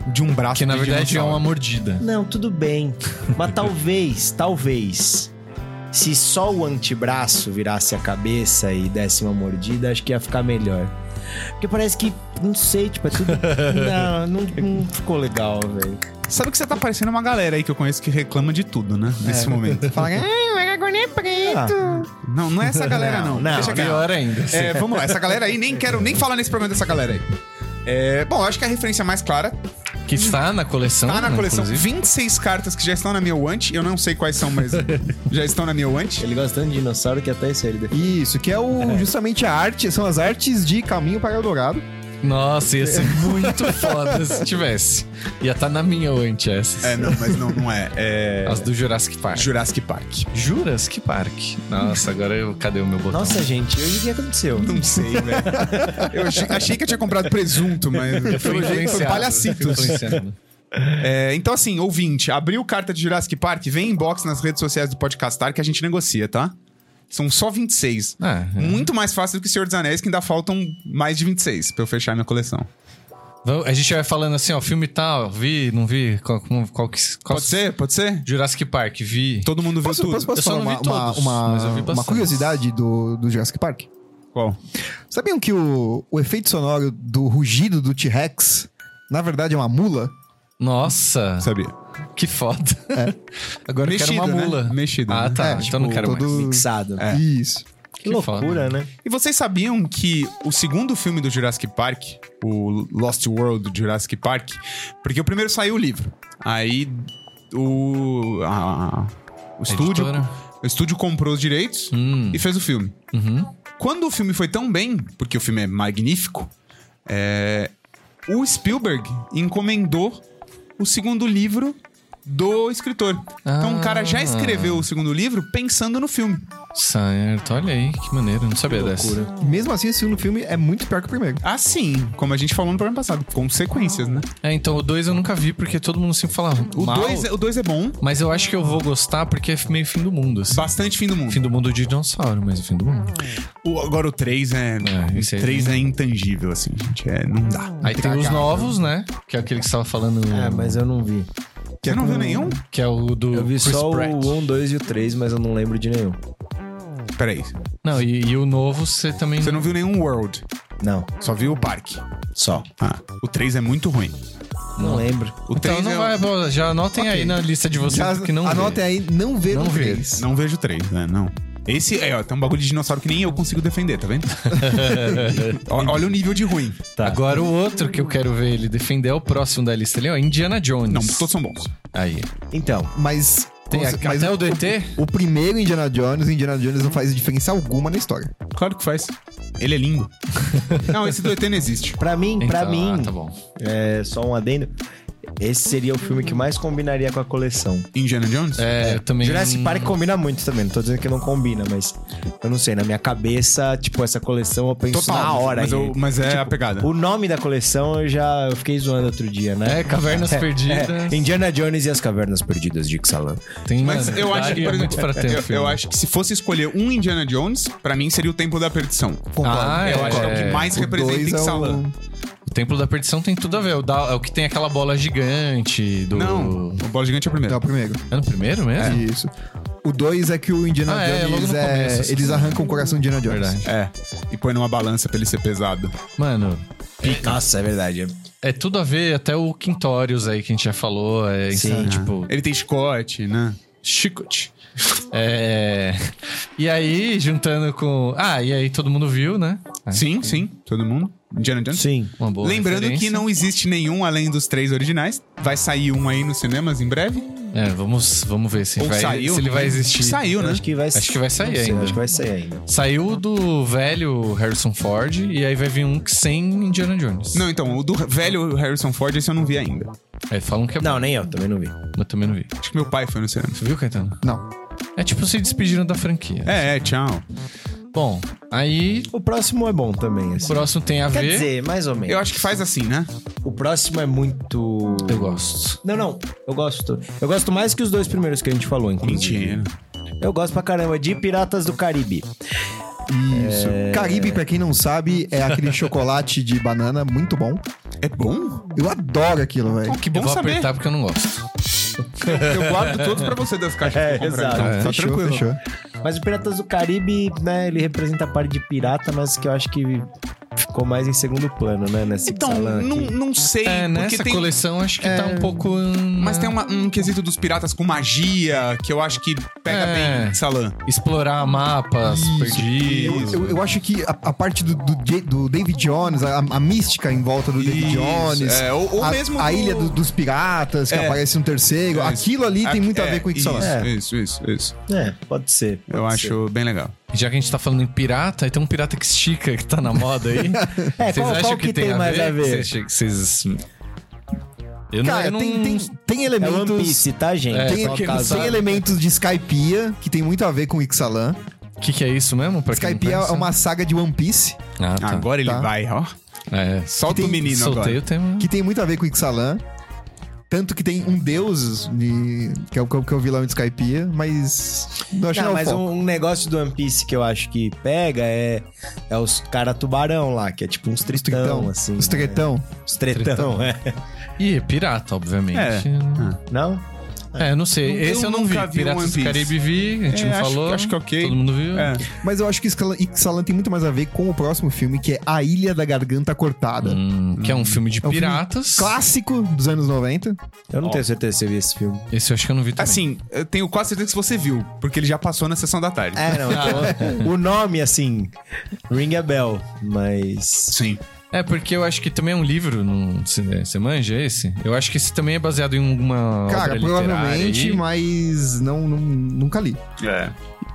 S2: de um braço
S1: Que na
S2: de
S1: verdade é
S2: dinossauro.
S1: uma mordida.
S3: Não, tudo bem. Mas talvez, talvez. Se só o antebraço virasse a cabeça e desse uma mordida, acho que ia ficar melhor. Porque parece que, não sei, tipo, é <laughs> tudo. não, não, não ficou legal, velho.
S2: Sabe que você tá parecendo uma galera aí que eu conheço que reclama de tudo, né? Nesse momento. Fala, "Ai, o Aragorn é preto. Não, não é essa galera, não.
S3: Não, não,
S2: Deixa quieto.
S1: Pior ainda. assim.
S2: É, vamos lá. Essa galera aí, nem quero nem falar nesse programa dessa galera aí. É, bom, eu acho que a referência mais clara
S1: Que está na coleção.
S2: tá na
S1: né,
S2: coleção.
S1: inclusive.
S2: 26 cartas que já estão na minha want. Eu não sei quais são, mas já estão na minha want.
S3: Ele gosta tanto de dinossauro que até isso ele
S4: Isso, que é o, justamente a arte, são as artes de Caminho para Eldorado.
S1: Nossa, ia ser muito foda se tivesse. Ia estar na minha antes essas.
S2: É, não, mas não, não é. É
S1: As do Jurassic Park.
S2: Jurassic Park.
S1: Jurassic Park. Nossa, agora eu. Cadê o meu botão?
S3: Nossa, gente, hoje o que aconteceu?
S2: Não sei, velho. Eu achei, achei que eu tinha comprado presunto, mas
S1: eu fui
S2: pelo jeito
S1: influenciado.
S2: foi
S1: eu
S2: palhacitos.
S1: fui influenciado.
S2: É, então, assim, ouvinte, abriu carta de Jurassic Park, vem inbox nas redes sociais do Podcastar que a gente negocia, tá? São só 26.
S1: Ah, é.
S2: Muito mais fácil do que Senhor dos Anéis, que ainda faltam mais de 26 pra eu fechar minha coleção.
S1: Vamos- A gente vai falando assim, ó, filme tal, vi, não vi, qual, como- qual que... Qual
S2: Pode ser? Pode ser?
S1: Jurassic Park, vi.
S2: Todo mundo viu
S4: Posso,
S2: tudo.
S4: posso, posso
S1: Eu só
S4: falar
S1: não
S4: uma,
S1: vi todos,
S4: uma- uma-
S1: mas eu vi
S4: uma
S1: bastante.
S4: curiosidade do, do Jurassic Park?
S2: Qual?
S4: Sabiam que o, o efeito sonoro do rugido do T-Rex, na verdade, é uma mula?
S1: Nossa,
S2: Sabia.
S1: que foda. Agora eu
S2: Mexido,
S1: quero uma
S2: né?
S1: mula.
S2: Mexido,
S1: Ah,
S2: né?
S1: tá,
S4: É,
S1: então
S4: tipo,
S1: não quero
S4: todo-
S1: mais.
S3: Mixado.
S4: É, Isso.
S1: Que,
S3: Que loucura, né?
S2: E vocês sabiam que o segundo filme do Jurassic Park, o Lost World do Jurassic Park, porque o primeiro saiu o livro. Aí o. a- o estúdio.
S1: Editora.
S2: O estúdio comprou os direitos
S1: Hum.
S2: e fez o filme.
S1: Uhum.
S2: Quando o filme foi tão bem, porque o filme é magnífico, é, o Spielberg encomendou o segundo livro do escritor. Então o cara já
S1: Ah.
S2: escreveu o segundo livro pensando no filme.
S1: Certo, olha aí, que maneiro, não sabia dessa.
S4: Mesmo assim, esse segundo filme é muito pior que o primeiro.
S2: Assim, como a gente falou no programa passado, consequências, né?
S1: É, então o 2 eu nunca vi, porque todo mundo sempre fala
S2: O
S1: mal,
S2: 2 é, o dois é bom,
S1: mas eu acho que eu vou gostar porque é meio fim do mundo, assim.
S2: bastante fim do mundo.
S1: Fim do mundo de dinossauro, mas é fim do mundo.
S2: O- agora o 3 é.
S1: É,
S2: o
S1: esse aí
S2: 3 é intangível, assim, gente. É, não dá.
S1: Aí tem os novos, né? Que é aquele que você tava falando,
S3: Ah, mas eu não vi.
S2: Você não viu nenhum?
S1: que é o do
S3: Eu vi
S1: Chris
S3: só
S1: Pratt.
S3: o 1, 2 e o 3, mas eu não lembro de nenhum.
S2: Peraí.
S1: Não, e, e o novo você também...
S2: Você não viu nenhum World.
S3: Não,
S2: Só viu o parque.
S3: só.
S2: Ah, o 3 é muito ruim.
S3: Não lembro.
S2: O 3
S1: Então não
S2: é
S1: vai,
S2: o-
S1: bom, já anotem aí na lista de vocês
S4: Já
S1: que não
S4: anotem
S1: vê.
S4: aí, não veram
S1: Não
S4: não
S1: vê.
S4: eles.
S2: Não vejo três, né? Não. Esse é, ó, tem um bagulho de dinossauro que nem eu consigo defender, tá
S1: <laughs>
S2: vendo? O- Olha o nível de ruim.
S3: Tá.
S1: Agora o outro que eu quero ver ele defender é o próximo da lista ali, ó, Indiana Jones.
S2: Não, todos são bons.
S1: Aí.
S3: Então,
S4: Mas,
S1: Tem
S4: mas
S1: aqui, até o do ET?
S4: o primeiro Indiana Jones, Indiana Jones não faz diferença alguma na história.
S2: Claro que faz. Ele é lindo. não, esse do ET não existe.
S3: pra mim, pra
S1: Então,
S3: mim,
S1: Ah, tá bom.
S3: é só um adendo. Esse seria o filme que mais combinaria com a coleção.
S1: Hum.
S2: Indiana Jones?
S1: É, eu também...
S3: Jurassic Park combina muito também. Não tô dizendo que não combina, mas eu não sei. Na minha cabeça, tipo, essa coleção eu penso
S2: Total.
S3: na
S2: mas-
S3: hora.
S2: mas,
S3: aí.
S2: eu- mas é
S4: Tipo,
S2: a pegada.
S3: O nome da coleção eu já eu fiquei zoando outro dia, né?
S1: É, Cavernas Perdidas.
S3: <laughs> É, Indiana Jones e as Cavernas Perdidas de Ixalan.
S1: Tem
S2: Mas
S1: uma-
S2: eu acho que,
S1: daria
S2: por exemplo,
S1: muito pra ter um
S2: eu- eu,
S1: filme.
S2: acho que se fosse escolher um Indiana Jones, pra mim seria o Templo da Perdição.
S1: Ah,
S2: eu
S1: é.
S2: acho que é o que mais
S4: O
S2: representa
S4: dois é o-
S2: Ixalan.
S1: né? O Templo da Perdição tem tudo a ver. O, da- é o que tem aquela bola gigante do...
S2: Não, o Bola Gigante é o
S4: É
S2: primeiro.
S4: o primeiro.
S1: É no primeiro mesmo?
S4: Isso. O dois é que o Indiana
S1: Ah, é, logo
S4: Jones
S1: no
S4: é-
S1: começo, assim.
S4: eles arrancam o coração de Indiana Jones.
S1: Verdade.
S2: É. E põe numa balança pra ele ser pesado.
S1: Mano,
S3: Nossa, é verdade.
S1: é tudo a ver até o Quintórios aí que a gente já falou. É,
S3: Sim.
S1: tipo,
S2: Ele tem chicote, né?
S1: Chicote. É... E aí, juntando com. Ah, e aí todo mundo viu, né? Ah,
S2: Sim, sim. Todo mundo. Indiana
S1: É.
S2: Jones?
S3: Sim.
S1: Uma boa
S2: Lembrando
S1: referência.
S2: que não existe nenhum além dos três originais. Vai sair um aí nos cinemas em breve.
S1: É, vamos, vamos ver se,
S2: Ou
S1: vai,
S2: saiu.
S1: se ele
S2: né?
S1: vai existir.
S2: Saiu,
S3: Eu
S2: né?
S3: acho que vai
S1: Acho que vai sair
S3: não sei,
S1: ainda.
S3: Acho que vai sair ainda.
S1: Saiu do velho Harrison Ford, e aí vai vir um que sem Indiana Jones.
S2: Não, então, o do velho Harrison Ford, esse eu não vi ainda.
S1: É, falam que é
S3: Não,
S1: bom,
S3: nem eu, também não vi.
S1: mas também não vi.
S2: Acho que meu pai foi no cinema.
S1: Você viu, Caetano?
S4: Não.
S1: É tipo se despediram da franquia.
S2: É, é, tchau.
S1: Bom, aí
S3: O próximo é bom também,
S1: o
S3: assim.
S1: próximo tem a
S3: Quer
S1: ver.
S3: dizer, mais ou menos.
S2: Eu acho que faz assim, né?
S3: O próximo é muito.
S1: Eu gosto.
S3: Não, não. Eu gosto. Eu gosto mais que os dois primeiros que a gente falou, inclusive.
S2: Mentira.
S3: Eu gosto pra caramba de Piratas do Caribe.
S4: Isso. Caribe, pra quem não sabe, é aquele chocolate de banana muito bom.
S2: É bom?
S4: Eu adoro aquilo, velho.
S2: Oh, que
S1: eu
S2: bom
S1: vou
S2: saber.
S1: apertar porque eu não gosto.
S2: Eu guardo todos pra você das caixas
S3: É,
S2: que eu compro.
S3: exato.
S2: então. Tá
S4: Fechou,
S2: tranquilo.
S4: fechou.
S3: Mas o Piratas do Caribe, né, ele representa a parte de pirata, mas que eu acho que ficou mais em segundo plano, né? Nessa
S2: Então,
S3: Ixalan
S2: não,
S3: aqui.
S2: não sei.
S1: É,
S2: porque
S1: nessa
S2: tem, É.
S1: coleção acho que tá um pouco. hum,
S2: Mas tem uma- um quesito dos piratas com magia que eu acho que pega
S1: É.
S2: bem Salan.
S1: Explorar mapas
S4: Isso.
S1: perdidos.
S4: Eu, eu acho que a, a parte do, do, Ja- do David Jones, a, a mística em volta do David Jones.
S2: É, ou, ou
S4: a,
S2: mesmo.
S4: a
S2: do-
S4: ilha do- dos piratas, que
S2: É.
S4: aparece um terceiro.
S2: É,
S4: Aquilo ali tem
S2: Aqui-
S4: muito a
S2: é,
S4: ver com o
S2: isso,
S4: Ixalan.
S3: É.
S2: isso, isso, isso.
S3: É, pode ser. pode
S2: Eu
S3: ser.
S2: acho bem legal.
S1: Já que a gente tá falando em pirata, aí tem um pirata que estica que tá na moda
S2: <laughs>
S1: aí.
S3: É, qual, qual que, tem, mais a ver?
S1: Vocês acham que vocês- Eu não,
S4: Cara,
S1: eu não...
S4: tem, tem, tem
S3: É One
S4: elementos.
S3: Piece, tá, gente?
S1: É,
S4: tem,
S1: só
S4: tem
S1: caso.
S4: elementos de Skypiea, que tem muito a ver com o Ixalan.
S1: O que, que é isso mesmo? Pra quem não
S4: Skypiea é
S1: conhece?
S4: uma saga de One Piece,
S1: Ah, tá.
S2: Agora ele
S4: Tá.
S2: vai, ó.
S1: É.
S2: Solta
S4: Tem-
S2: o menino
S1: Soltei
S2: agora.
S1: o tema.
S4: que tem muito a ver com o Ixalan. Tanto que tem um deus, de- que, é o, que é o vilão de Skypiea, mas. Não acho
S3: Não,
S4: não,
S3: mas um, um negócio do One Piece que eu acho que pega é, é os cara tubarão lá, que é tipo uns tritão,
S4: Tritão,
S3: assim.
S4: Os tretão.
S3: né? Os tretão, é.
S1: E é pirata, obviamente.
S2: É.
S3: Não?
S1: É, eu não sei.
S2: Eu
S1: Esse eu não vi.
S2: nunca vi One
S1: Piratas do
S2: Piece.
S1: Caribe vi, a gente
S2: É,
S1: não
S2: acho-
S1: falou.
S2: acho que ok.
S1: Todo mundo viu.
S2: É.
S4: Mas eu acho que Ixalan- Ixalan tem muito mais a ver com o próximo filme, que é A Ilha da Garganta Cortada.
S1: Hum, que é um filme de
S4: É um filme
S1: piratas.
S4: Clássico dos anos 90.
S3: Eu não tenho certeza se eu vi esse filme.
S1: Esse eu acho que eu não vi também.
S2: Assim, eu tenho quase certeza que você viu, porque ele já passou na sessão da tarde.
S3: É, não. então, <laughs> o nome, assim, Ring a Bell, mas.
S2: Sim.
S1: É, porque eu acho que também é um livro, não- você você manja esse? Eu acho que esse também é baseado em alguma
S4: Cara,
S1: obra literária
S4: provavelmente,
S1: aí.
S4: mas não, não- nunca li.
S2: É.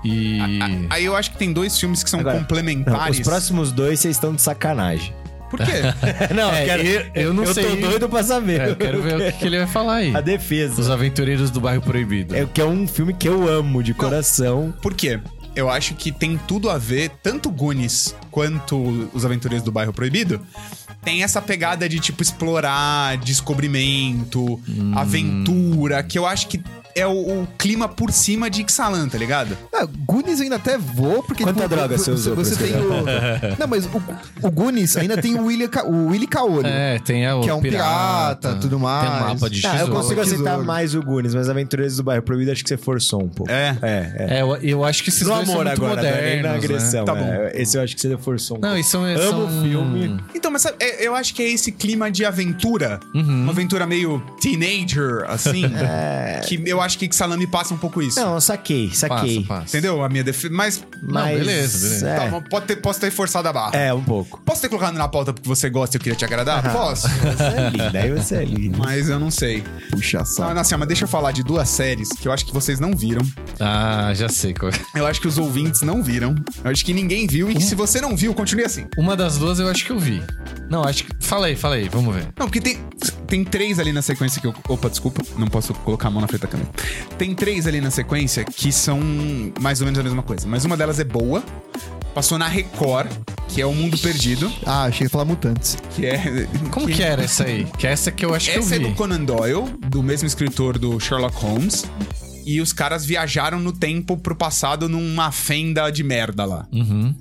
S1: E...
S2: Aí eu acho que tem dois filmes que são
S3: Agora, Não,
S2: complementares.
S3: os próximos dois vocês estão de sacanagem.
S2: Por quê?
S3: <laughs> Não,
S1: É, eu- eu não sei.
S3: tô doido pra saber.
S1: É, eu quero ver o que, que ele vai falar aí.
S3: <laughs> A
S1: Os
S3: defesa.
S1: Aventureiros do Bairro Proibido.
S3: É que é um filme que eu amo de coração.
S2: Por quê? Eu acho que tem tudo a ver, tanto Goonies quanto Os Aventureiros do Bairro Proibido, tem essa pegada de, tipo, explorar, descobrimento,
S3: Hum.
S2: aventura, que eu acho que é o, o clima por cima de Ixalan, tá ligado?
S4: Ah, Goonies eu ainda até vou, porque...
S3: Quanta
S4: tipo,
S3: droga você usou pra
S4: Você tem
S3: escrever?
S1: <laughs>
S4: o... Não, mas o, o Goonies ainda tem o Willy, Ca... o Willy Caolho,
S1: É, tem a, o
S4: que é um pirata, tudo mais.
S1: Tem um mapa de
S3: Ah, eu
S1: tesouro.
S3: consigo
S4: Tesouro.
S3: aceitar mais o Goonies, mas Aventureiros do Bairro Proibido acho que você forçou um pouco.
S2: É.
S3: É, é.
S1: É, eu, eu acho que esses
S3: No
S1: dois são
S3: amor
S1: muito
S3: agora, não é nem
S1: modernos,
S3: na agressão.
S1: né?
S2: Tá bom.
S3: é. Esse eu acho que você forçou um pouco.
S1: Não, e são...
S3: Amo
S1: são...
S3: o filme.
S2: Então, mas sabe, é- eu acho que é esse clima de aventura,
S1: Uhum.
S2: uma aventura meio teenager,
S3: <laughs>
S2: assim, que eu acho que Ixalan me passa um pouco isso.
S3: É. Não, eu saquei, saquei.
S1: Passa, passa.
S2: Entendeu? A minha defesa. Mas.
S3: Mas,
S1: beleza, beleza.
S3: É,
S2: tá, pode ter, posso ter forçado a barra.
S3: é, um pouco.
S2: Posso ter colocado na pauta porque você gosta e eu queria te agradar? Posso.
S3: Você é linda, aí você
S1: <laughs>
S3: é linda.
S2: Mas eu não sei.
S4: Puxa
S2: Não,
S4: saco.
S2: não, assim, ó, mas deixa eu falar de duas séries que eu acho que vocês não viram.
S1: Ah, já sei. qual é.
S2: Eu acho que os ouvintes não viram. Eu acho que ninguém viu. E se você não viu, continue assim.
S1: Uma das duas eu acho que eu vi. Não, acho que... Fala aí, fala aí. Vamos ver.
S2: Não, porque tem, tem três ali na sequência que eu. Opa, desculpa, não posso colocar a mão na frente da câmera. Tem três ali na sequência que são mais ou menos a mesma coisa. Mas uma delas é boa. Passou na Record, que é O Mundo Perdido.
S4: Ah, achei que ia falar Mutantes.
S2: Que é.
S1: Como que era essa aí? Que é essa que eu acho que eu
S2: Essa é
S1: vi.
S2: do Conan Doyle, do mesmo escritor do Sherlock Holmes. E os caras viajaram no tempo pro passado numa fenda de merda lá.
S1: Uhum.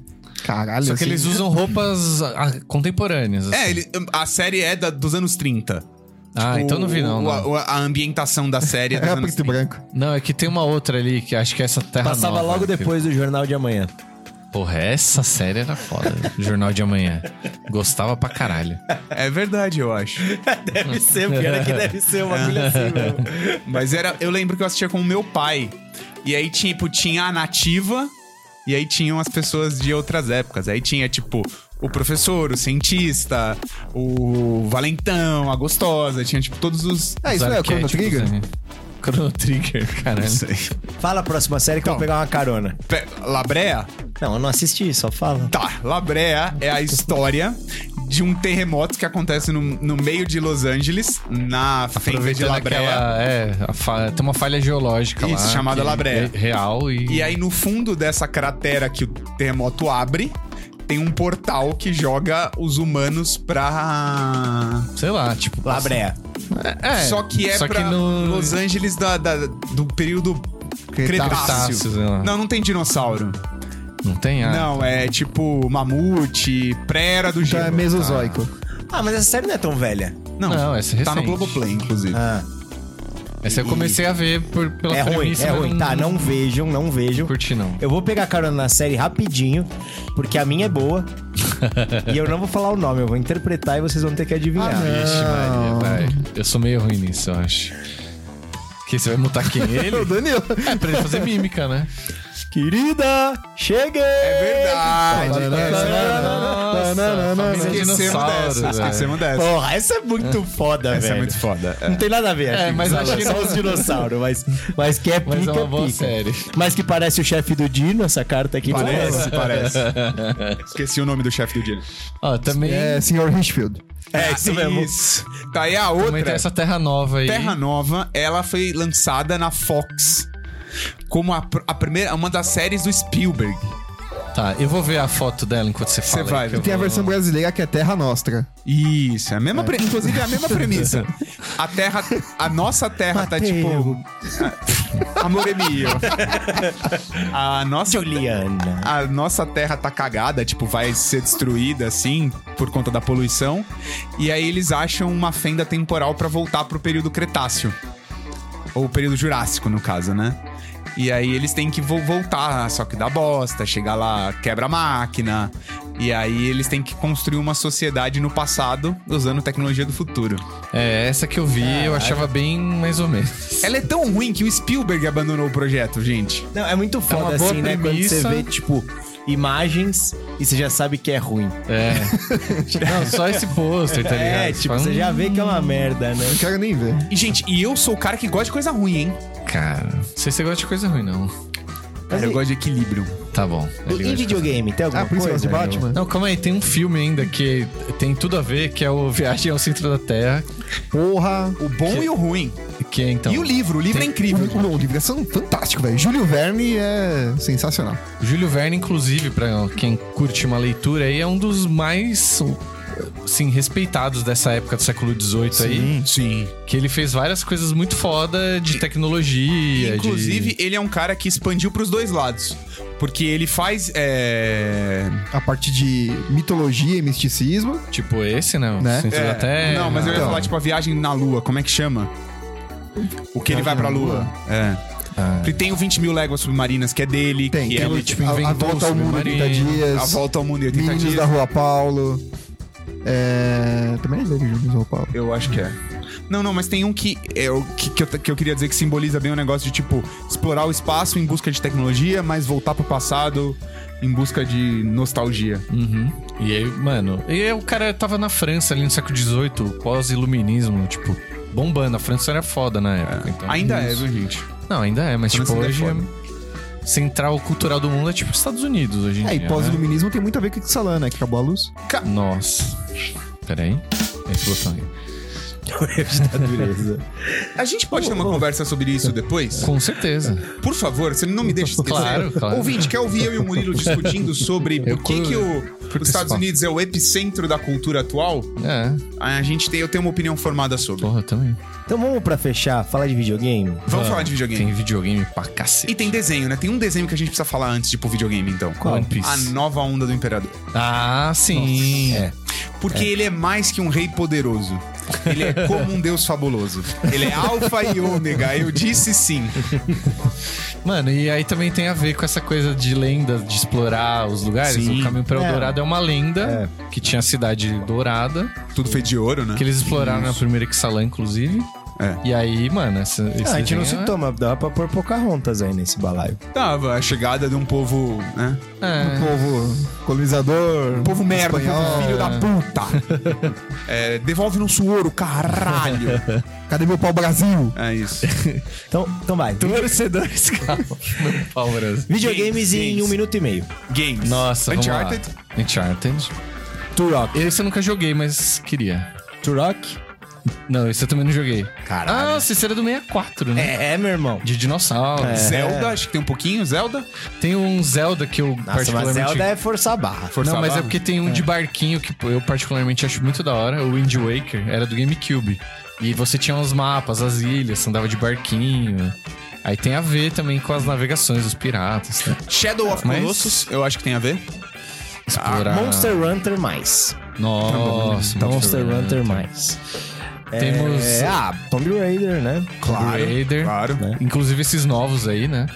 S4: Caralho,
S1: Só que
S4: assim,
S1: eles usam roupas ah, contemporâneas. assim.
S2: É, ele- a série é da- dos anos 30.
S1: Ah, então não vi não.
S2: O-
S1: não.
S2: o- A, a ambientação da série é dos
S4: Era
S2: anos
S4: preto e
S2: 30.
S4: branco.
S1: Não, é que tem uma outra ali que acho que é essa Terra
S3: Passava
S1: Nova,
S3: logo
S1: que-
S3: depois do Jornal de Amanhã.
S1: Porra, essa série era foda. <laughs> Jornal de Amanhã. Gostava pra caralho.
S2: É verdade, eu acho.
S3: <laughs> Deve ser, pior é que deve ser uma filha assim mesmo.
S2: Mas era, eu lembro que eu assistia com o meu pai. E aí, tipo, tinha a nativa e aí tinham as pessoas de outras épocas. Aí tinha, tipo, o professor, o cientista, o valentão, a gostosa. Tinha, tipo, todos os...
S4: Ah, isso
S1: Os
S4: não é o Chrono
S1: arquétipos,
S4: Trigger?
S1: né? Chrono Trigger,
S2: Não
S1: caralho.
S2: sei.
S3: Fala a próxima série que eu vou
S1: Então.
S3: pegar uma carona.
S2: Pe- Labrea?
S3: Não, eu não assisti, só fala.
S2: Tá, Labrea é a história de um terremoto que acontece no, no meio de Los Angeles, na fenda de
S1: Aproveitando
S2: Labrea.
S1: aquela... É, a fa- tem uma falha geológica lá.
S2: Isso, chamada
S1: que
S2: La Brea.
S1: é Real e...
S2: E aí, no fundo dessa cratera que o terremoto abre, tem um portal que joga os humanos pra.
S1: Sei lá, tipo...
S3: Labrea.
S1: É,
S2: só que é
S1: só
S2: pra
S1: que no...
S2: Los Angeles da, da- do período
S1: Cretáceo,
S2: Cretáceo.
S1: sei lá.
S2: Não, não tem dinossauro.
S1: Não tem ah, a...
S2: Não, é tipo mamute, pré-era do
S4: Então
S2: gelo.
S4: é mesozoico.
S3: Ah, mas Ah, essa série não é tão velha.
S2: Não,
S1: Não, essa é
S2: tá no
S1: recente.
S2: Globoplay, inclusive.
S3: Ah,
S1: Essa eu comecei a ver por, pela
S3: É ruim,
S1: premissa, né?
S3: é
S1: mas
S3: ruim. Tá, não vejam, não vejam.
S1: curti, não.
S3: Eu vou pegar carona na série rapidinho, porque a minha
S1: <laughs>
S3: é boa. e eu não vou falar o nome, eu vou interpretar e vocês vão ter que adivinhar.
S1: Vixe, Maria,
S4: Não.
S1: vai. Eu sou meio ruim nisso, eu acho. Que você vai mutar quem? Ele?
S4: O Daniel.
S1: É, pra ele fazer mímica, né?
S3: Querida, cheguei!
S2: É
S1: Nossa, família de
S2: Esquecemos
S1: dinossauros,
S2: dessa,
S1: velho.
S2: esquecemos dessa.
S3: Porra, essa
S1: <laughs>
S3: é muito foda,
S2: Essa
S3: velho.
S2: é muito foda. é.
S3: Não tem nada a ver,
S1: É,
S3: acho.
S1: mas
S3: que
S1: acho que
S3: só
S1: não.
S3: os dinossauros, mas, mas que é pica,
S1: Mas é uma boa
S3: pica.
S1: série.
S3: Mas que parece o chefe do Dino, essa carta aqui.
S2: Parece,
S1: <laughs>
S2: parece. Esqueci o nome do chefe do dia.
S1: Ó, também,
S4: É, Sr. Hinchfield.
S3: É, isso mesmo.
S2: Ah, Isso. Tá aí a
S1: também tem
S2: outra.
S1: essa Terra Nova aí.
S2: Terra Nova, ela foi lançada na Fox como a, pr- a primeira, uma das séries do Spielberg.
S1: Tá, eu vou ver a foto dela enquanto você fala. aí,
S2: vai,
S1: que eu
S4: Tem a
S1: vou-
S4: versão brasileira que é Terra Nostra.
S2: Isso, é a mesma, pre- inclusive é a mesma premissa. A Terra, a nossa Terra tá tipo amor é mio. A nossa
S3: Juliana.
S2: a nossa terra tá cagada, tipo, vai ser destruída assim por conta da poluição. E aí eles acham uma fenda temporal pra voltar pro período Cretáceo. Ou período Jurássico, no caso, né? E aí eles têm que vo- voltar, só que dá bosta, chegar lá, quebra a máquina. E aí eles têm que construir uma sociedade no passado usando tecnologia do futuro.
S1: É, essa que eu vi, eu achava bem mais ou menos.
S2: Ela é tão ruim que o Spielberg abandonou o projeto, gente.
S3: Não, é muito
S1: uma
S3: foda,
S1: boa
S3: assim, né? Quando você
S1: premissa.
S3: vê, tipo, imagens e você já sabe que é ruim.
S1: É. Não, só esse pôster, tá ligado?
S3: É, tipo, você já vê que é uma merda, né?
S4: Não quero nem ver.
S2: E, gente, e eu sou o cara que gosta de coisa ruim, hein?
S1: Cara, não sei se você gosta de coisa ruim, não.
S3: Mas
S2: eu
S3: e-
S2: gosto de equilíbrio.
S1: Tá bom.
S3: E, e videogame, tem alguma
S4: Ah, por isso eu
S3: coisa?
S4: gosto de Batman?
S1: Não, calma aí, tem um filme ainda que tem tudo a ver, que é o Viagem ao Centro da Terra,
S4: Porra.
S2: O bom e o ruim.
S1: que é então...
S2: e o livro, o livro é incrível.
S4: O, não, o livro é são- fantástico, velho. Júlio Verne é sensacional.
S1: Júlio Verne, inclusive, pra quem curte uma leitura aí, é um dos mais, assim, respeitados dessa época do século XVIII aí.
S2: sim.
S1: Que ele fez várias coisas muito foda de tecnologia,
S2: Inclusive,
S1: de...
S2: ele é um cara que expandiu pros dois lados. Porque ele faz. É...
S4: A parte de mitologia e misticismo.
S1: Tipo esse, né? O
S4: Né?
S1: Centro
S2: é,
S1: da Terra.
S2: Não, mas eu ia
S4: Então.
S2: falar, tipo, a viagem na Lua, como é que chama? O que ele vai pra Lua. É. Porque tem o 20 mil léguas submarinas, que é dele,
S4: Tem,
S2: que
S4: tem
S2: é
S4: o-
S2: ele,
S1: tipo,
S4: a- a,
S1: inventou
S4: volta ao mundo em 30
S1: submarino,
S4: dias.
S2: a volta ao mundo em 80
S4: Meninos
S2: dias.
S4: da Rua Paulo. É... Também é dele, Meninos da Rua Paulo.
S2: Eu acho que é. Não, não, mas tem um que, é, o que, que, eu, que eu queria dizer que simboliza bem o negócio de, tipo, explorar o espaço em busca de tecnologia, mas voltar pro passado em busca de nostalgia.
S1: Uhum. E aí, mano... E aí, o cara tava na França ali no século XVIII, pós-iluminismo, tipo... Bombando, a França era foda na época. Então,
S2: Ainda é, viu, gente?
S1: Não, ainda é, mas
S2: França
S1: tipo,
S2: ainda é
S1: hoje
S2: foda.
S1: é- central cultural do mundo é tipo Estados Unidos hoje em
S4: É,
S1: dia.
S4: e
S1: né?
S4: pós-iluminismo tem muito a ver com o Salana, né? Que acabou a luz.
S1: Nossa. Peraí. É esse botão aí.
S3: Beleza.
S2: A gente pode ter uma conversa sobre isso depois?
S1: Com certeza.
S2: Por favor, você não me deixa esquecer.
S1: Claro, claro.
S2: Ouvinte, quer ouvir eu e o Murilo discutindo sobre
S1: Eu
S2: por que,
S1: curto-
S2: que o- os Estados
S1: papo.
S2: Unidos é o epicentro da cultura atual?
S1: É,
S2: A gente tem, eu tenho uma opinião formada sobre.
S1: porra, também.
S3: Então vamos pra fechar, falar de videogame?
S1: Ah,
S2: Vamos falar de videogame.
S1: Tem videogame pra
S2: E
S1: cacete.
S2: tem desenho, né? Tem um desenho que a gente precisa falar antes de ir pro videogame, então.
S3: Qual?
S1: One Piece.
S2: A nova onda do imperador.
S1: Ah, sim.
S3: É.
S2: Porque ele é mais que um rei poderoso. Ele é como um deus fabuloso. Ele é alfa e ômega. Eu disse sim.
S1: Mano, e aí também tem a ver com essa coisa de lenda, de explorar os lugares.
S2: Sim.
S1: O Caminho para
S3: É.
S1: Eldorado é, uma lenda que tinha a cidade dourada,
S2: Tudo feito de ouro, né?
S1: que eles exploraram na primeira Ixalan, inclusive.
S2: É.
S1: E aí, mano, essa, esse
S3: Ah, a gente não
S1: desenho é-
S3: citou, mas dá pra pôr Pocahontas aí nesse balaio.
S2: Tava a chegada de um povo, né?
S1: É.
S4: Povo colonizador.
S2: Um povo merda, um povo
S4: espanhol.
S2: filho da puta. É, devolve nosso ouro, caralho.
S4: <laughs> Cadê meu pau Brasil?
S2: É isso.
S3: Então, então vai.
S1: Torcedores, calma. Meu pau, Brasil.
S3: Videogames
S2: Games,
S3: em
S2: games.
S3: um minuto e meio.
S2: Games.
S1: Nossa, vamos lá.
S2: Uncharted.
S1: Uncharted.
S3: Turok.
S1: Esse eu nunca joguei, mas queria.
S3: Turok?
S1: Não, esse eu também não joguei.
S3: Caralho.
S1: Ah, esse era do 64, né?
S3: É, é, meu irmão.
S1: De dinossauro.
S3: É.
S2: Zelda, acho que tem um pouquinho. Zelda.
S1: Tem um Zelda que eu
S3: Nossa, mas
S1: particularmente...
S3: Zelda é forçar a barra.
S2: Força
S1: não, mas
S2: barra.
S1: é porque tem um de barquinho que pô, eu particularmente acho muito da hora. O Wind Waker era do GameCube. E você tinha uns mapas, as ilhas, você andava de barquinho. Aí tem a ver também com as navegações dos piratas, né?
S2: Shadow of
S1: Mas-
S2: Colossus, eu acho que tem a ver.
S1: Explorar.
S3: Monster Ah, Hunter mais.
S1: Nossa,
S3: Monster Hunter mais.
S1: Temos
S3: É, ah, Tomb Raider, né?
S1: Tomb
S2: claro,
S1: Raider,
S2: Ah, claro.
S3: Né?
S1: inclusive esses novos aí, né?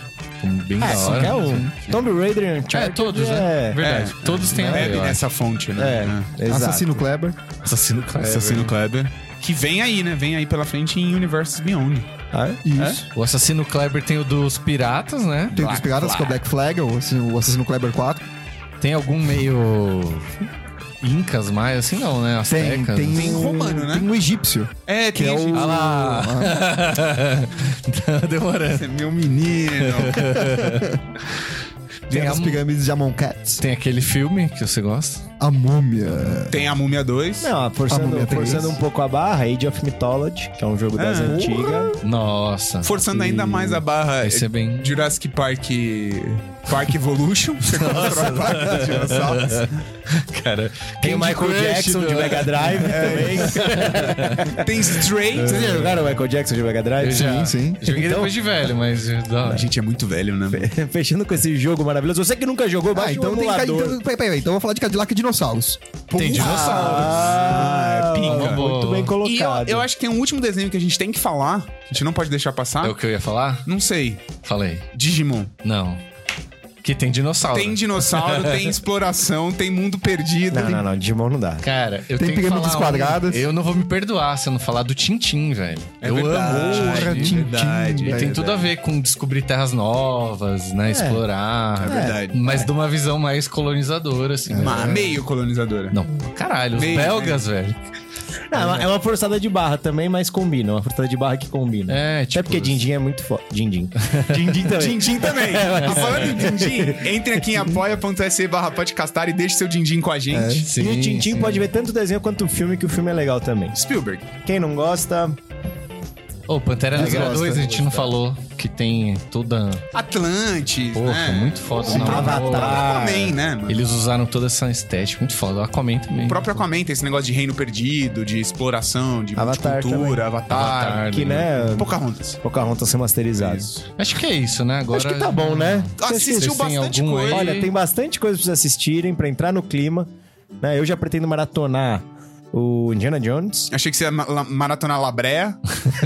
S1: Bem
S3: É,
S1: da hora.
S3: qualquer um. Tomb Raider e
S1: É,
S3: Uncharted
S1: todos, né?
S3: é-
S1: Verdade. Todos têm a ver,
S2: Bebe
S1: Né? eu acho.
S2: nessa fonte, né?
S3: É, exato.
S4: Assassino Kleber.
S1: Assassino Clássico.
S2: Assassino Kleber. Que vem aí, né? Vem aí pela frente em Universes Beyond.
S3: Ah,
S4: Isso.
S1: O Assassino Kleber tem o dos piratas, né?
S4: É? Tem o dos Piratas, que é o Black Flag, o assassino, o assassino Kleber 4.
S1: Tem algum meio. Incas mais, assim não, né?
S4: Tem,
S1: Aztecas.
S4: tem, um-
S2: Tem
S4: o-
S2: romano, né?
S4: Tem o egípcio.
S2: É,
S4: Que é
S1: <laughs>
S4: o.
S1: Ah lá! tá demorando.
S2: é Meu menino.
S4: Tem
S1: Tem
S4: as
S1: a-
S4: pirâmides de Amonkhet.
S1: Tem aquele filme que você gosta?
S4: A múmia.
S2: Tem a Múmia 2.
S3: Não, forçando,
S4: Múmia três.
S3: forçando um pouco a barra, Age of Mythology, que é um jogo das
S2: Ah.
S3: antigas.
S1: Nossa.
S2: Forçando ainda mais a barra.
S1: Esse é bem.
S2: Jurassic Park. Park
S3: <laughs>
S2: Evolution. Você
S4: <laughs>
S2: constrói o parque dos dinossauros.
S1: Cara.
S3: Tem o
S1: Candy
S3: Michael
S1: Crush,
S3: Jackson de
S1: né?
S3: Mega <laughs> Drive também.
S2: Tem Stray.
S3: Vocês já jogaram o Michael Jackson de Mega Drive?
S1: Eu já.
S4: Sim, sim.
S1: Joguei depois de velho, mas. Da...
S2: A gente é muito velho, né? mano?
S3: <laughs> Fechando com esse jogo maravilhoso. Você que nunca jogou,
S4: Ah,
S3: baixa
S4: então
S3: um
S4: tem. ca-
S3: emulador.
S4: Então, peraí, peraí, então eu vou falar de Cadillac e dinossauros.
S1: Tem dinossauros.
S3: Ah,
S2: Ah,
S1: é
S2: pinga.
S3: Muito bem
S2: E eu,
S3: colocado.
S2: eu acho que tem um último desenho que a gente tem que falar. A gente não pode deixar passar.
S1: É o que eu ia falar?
S2: Não sei.
S1: Falei.
S2: Digimon.
S1: Não. Que tem dinossauro.
S2: Tem dinossauro,
S3: <laughs>
S2: tem exploração, tem mundo perdido.
S3: Não, não, não. Digimon não dá.
S1: Cara, eu
S4: Tem
S1: tenho que
S4: pirâmides
S1: falar um.
S4: quadradas.
S1: Eu não vou me perdoar se eu não falar do Tintim, velho.
S2: É
S1: eu
S2: verdade,
S1: amo o
S4: Porra,
S1: Tintim.
S4: Tintim,
S2: verdade.
S1: E
S4: velho.
S1: tem tudo a ver com descobrir terras novas, né? Explorar.
S2: É verdade.
S1: Mas de uma visão mais colonizadora, assim. né?
S2: Mas meio colonizadora.
S1: Não, caralho, os
S2: Meio,
S1: belgas, velho.
S3: Não, é uma- é uma forçada de barra também, mas combina. É Uma forçada de barra que combina.
S1: É,
S3: Até
S1: tipo-
S3: porque Dindim é muito foda. Dindim. Dindim também.
S2: Dindim
S3: <laughs>
S2: também. Ah, Falando em dindim, entre aqui em apoia.se barra podcastar e deixe seu dindim com a gente.
S1: <laughs> Sim,
S3: É. e o Tintim
S1: sim.
S3: pode ver tanto desenho quanto o filme, que o filme é legal também.
S2: Spielberg.
S3: Quem não gosta,
S1: Ô, Pantera Negra
S4: gosta,
S1: 2, a gente não falou que tem toda.
S2: Atlantis,
S1: Porra,
S2: né?
S1: muito foda.
S3: o
S1: Não,
S3: próprio Avatar.
S2: Aquaman, né, mano?
S1: Eles usaram toda essa estética, muito foda. O Aquaman também.
S2: O próprio Aquaman tem esse negócio de reino perdido, de exploração, de
S3: Avatar
S2: cultura, avatar.
S1: Avatar.
S3: que né...
S2: Pocahontas.
S3: Pocahontas remasterizado.
S1: Acho que é isso, né? Agora.
S3: tá Acho que tá bom, né?
S2: Assistiu
S1: vocês têm
S2: bastante
S1: algum
S2: coisa.
S1: aí?
S3: Olha, tem bastante coisa pra vocês assistirem, pra entrar no clima. né? Eu já pretendo maratonar o Indiana Jones.
S2: Achei que você ia ma- la- maratonar
S1: <laughs>
S2: Labrea,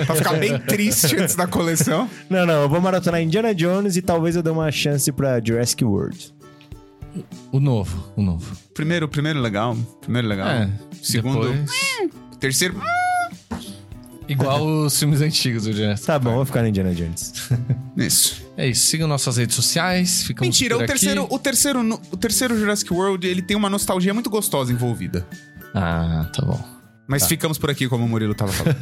S2: pra ficar bem triste antes da coleção.
S3: Não, não, eu vou maratonar Indiana Jones e talvez eu dê uma chance pra Jurassic World.
S1: O novo, o novo.
S2: Primeiro, primeiro legal, primeiro legal.
S1: É.
S2: Segundo,
S1: depois-
S2: terceiro...
S3: <laughs>
S1: Igual os filmes antigos do Jurassic.
S3: Tá bom, vou ficar no Indiana Jones.
S2: Isso.
S1: É isso. Sigam nossas redes sociais. Ficamos
S2: Mentira,
S1: por
S2: o
S1: aqui.
S2: terceiro, o, terceiro, no- o terceiro Jurassic World, ele tem uma nostalgia muito gostosa envolvida.
S1: Ah, tá bom.
S2: Mas ficamos por aqui, como o Murilo
S1: <laughs>
S2: tava falando.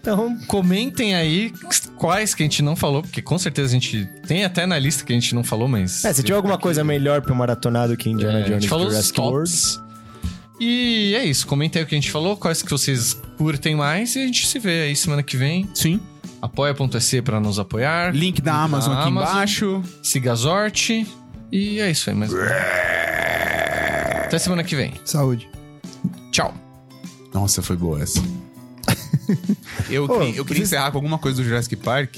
S3: Então,
S1: Comentem aí quais que a gente não falou, porque com certeza a gente tem até na lista que a gente não falou, mas.
S3: é, se tiver alguma coisa melhor pra eu maratonar do que Indiana
S1: É, a
S3: Jones
S1: gente
S3: e
S1: falou os
S3: Jurassic World.
S1: tops. E é isso. Comentem aí o que a gente falou, quais que vocês curtem mais e a gente se vê aí semana que vem.
S2: Sim.
S1: Apoia.se pra nos apoiar.
S2: Link da Amazon aqui
S1: Amazon.
S2: embaixo.
S1: Siga a Zorte. E é isso aí, mas. Até semana que vem.
S4: Saúde.
S1: Tchau.
S2: Nossa, foi boa essa. eu,
S4: Ô,
S2: queria- eu queria encerrar com alguma coisa do Jurassic Park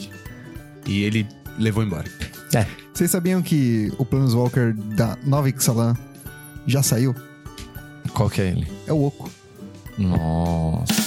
S2: e ele levou embora.
S3: É,
S4: Vocês sabiam que o Planeswalker da Nova Ixalan já saiu?
S1: Qual que é ele?
S4: É o Oco.
S1: Nossa.